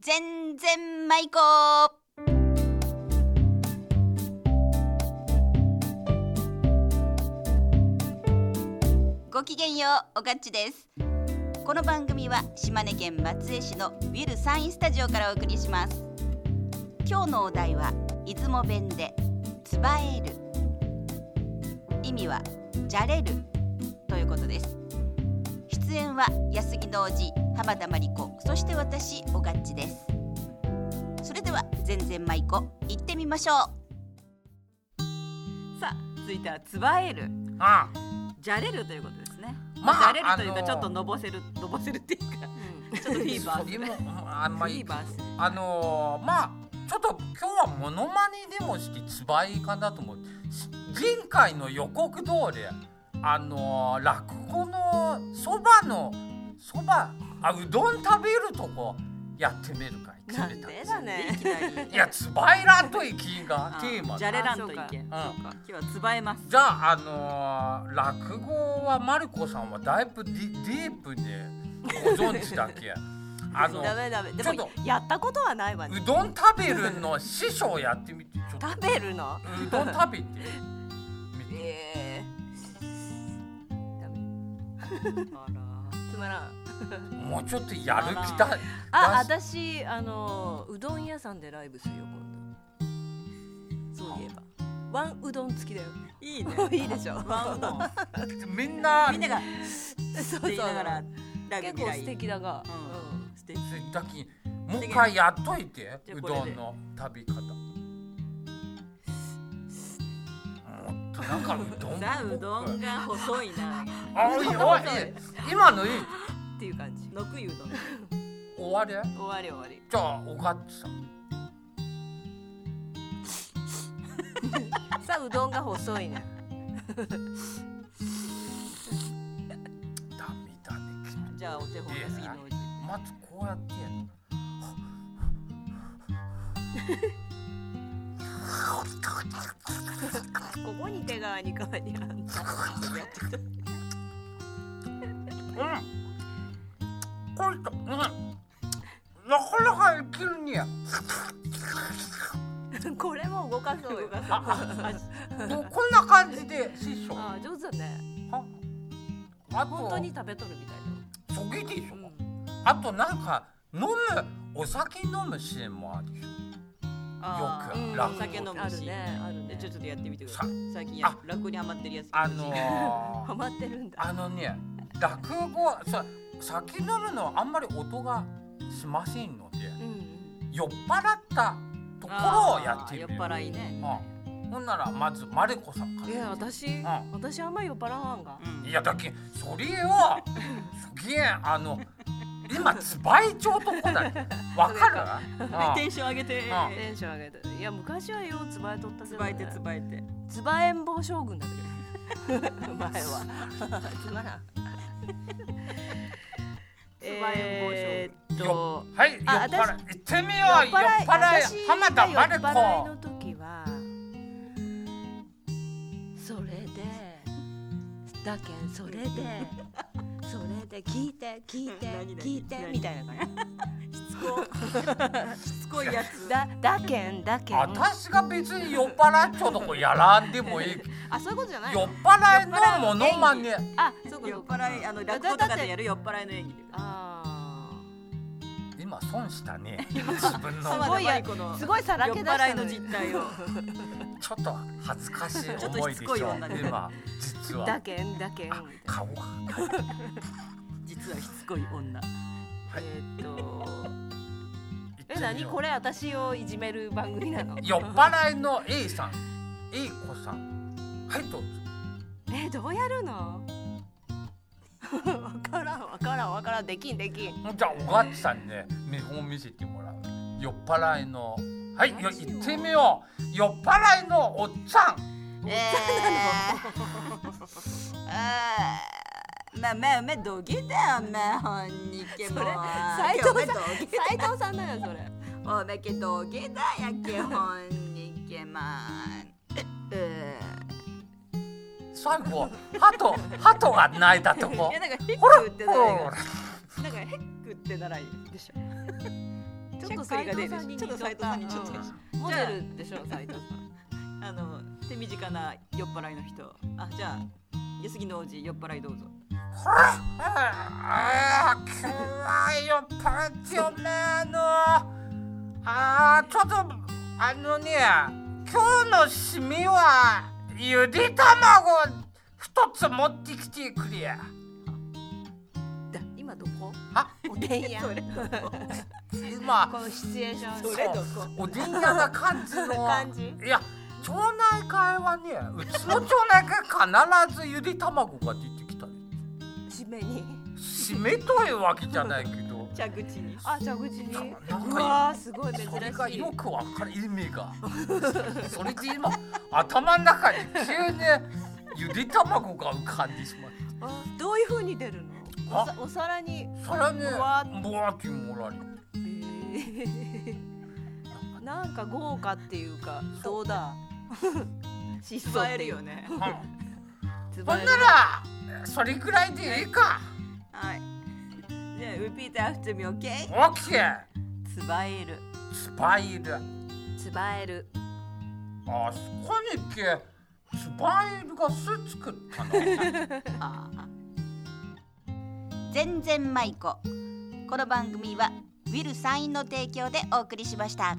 全然舞子ごきげんようおかっちですこの番組は島根県松江市のウィルサインスタジオからお送りします今日のお題は出雲弁でつばえる意味はじゃれるということです出演は安木のおじ浜田真理子そして私おがっちですそれでは全然舞子行ってみましょうさあ続いてはつばえるあじゃれるということですね、まあまあ、じゃれるというあのかーちょっとのぼせるのぼせるっていうか ちょっとフィーバーするそれもフあのまあィーバーするあのーまあちょっと今日はモノマネでもしてつばいかなと思うし前回の予告通りあのー落語のそばのそばあうどん食べるとこやってみるかい決なめたんでだねいきなりいやつばいらんといきがあテーマじだゃれらんといけんう今日はつばえますじゃああのー落語はマルコさんはだいぶディディープでご存知だっ けあのダメダメでちょもっとやったことはないわねうどん食べるの師匠やってみてちょっと食べるのうどん食べてみてええダメ つまらんもうちょっとやる気だあだ私あのうどん屋さんでライブするよ今度そういえばワンうどん付きだよいいね いいでしょワンウドンみんなみんながそう言いながらラグ結ビ構ラ素イ敵だが、ううん素敵だきもう一回やっといてじゃあうこれでどんの食べ方もっとなんかうどん っぽくザうどんが細いなあおい おい今のいいんっていう感じのくいうどん終わり終わり終わりじゃあおがっちさんさあうどんが細いねダメだねきっとじゃあお手本が杉のおじまずこうやってやるここに手があにかわにあんたうん。これと、うん。なかなかいけるね。 これも動かそうよあ、あもうこんな感じで師匠。あ あ上手だねあ本当にと、食べとるみたいそぎでしな、うょ。ん、あとなんか飲むお酒飲むシーンもあるでしょ。あーよくうんラお酒飲むあるしねあるでねちょっとやってみてくだささい最近やあ落語にハマってるやつあのハー、マってるんだあのね、落語さ酒飲むのはあんまり音がしませんので、うん酔っ払ったところをやってみる。あー酔っ払いねうん。ほんならまずマリコさんから。いや私、ん私あんまり酔っ払わんが、いやだけそれ はすげえあの今つばいちょうとこないわかるあテンション上げてあテンション上げていや昔はようつばえとったけつど、ばえね、てつばえてつばえん坊将軍だったけど 前はつまらんつばええーっとはい酔っあ払い行ってみよう酔っ酔っ払私い浜田がマ酔ルっ払いのコ時はそれでだけんそれでそれで聞いて聞いて 何々聞いて何々みたいな感しつこいやじ つだだけんだけん私が別に酔っ払っちょうとこやらんでもいい酔っ あそういうことじゃない払いのモノマネあそうか酔そっうか払いあの落語とかでやる酔っ払いの演技であ今損したね自分のすごいや浜田真理子のーすごいさらけ酔っ出した払いのね実態 をちょっと恥ずかしいちょっ思といしでしつこいょ女ね今実だはけんだけんあ顔が実はしつこい女はいえーっと行っえてみよう何これ私をいじめる番組なの酔っ払いの A さん A 子さんはいどうぞ えどうやるのわからんわからんわからんできんできんじゃあおがっちさんね見本見せてもらう酔っ払いのはいよマジよ行ってみよう酔っ払いのおっちゃんえ ーあーまあまあまあどげだよまあほんにけもそれ斎斉藤さんん斉藤さんだよそれ おめけどげだやけほんにけま んえ最後鳩鳩が泣いたと こいやなんかヘッほらクってほ習いらがなんかヘックって習いでしょちょっとそれが出るしちょっと斎藤さんにちょっとうモデルでしょ斎藤さんあの手短な酔っ払いの人あじゃあ安杉の王子酔っ払いどうぞほらああ怖いよパンチお前あのあーちょっとあのね今日の締めはゆで卵一つ持ってきてくれだ今どこ あおでんや今このシチュエーションそれどこおでん屋な感じの 感じいや町内会はねうちの町内会必ずゆで卵が出てきたね締めに締めというわけじゃないけど着地にあ蛇口になんかうわーすごい珍しそれがいよくわかる意味がそれで今頭の中に急にゆで卵が浮かんでしまってあどういう風に出るのあおさお皿にそれはねうわぼわってもらえるえー なんか豪華っていうかどうだ 質素って映えるいうよねうん つほばえるんならそれくらいでいいかはいじゃあ repeat after me OK オッケーつばえるスパイルつばえるあそこに行けスパイルが巣作ったのあ全然舞子この番組はウィルサインの提供でお送りしました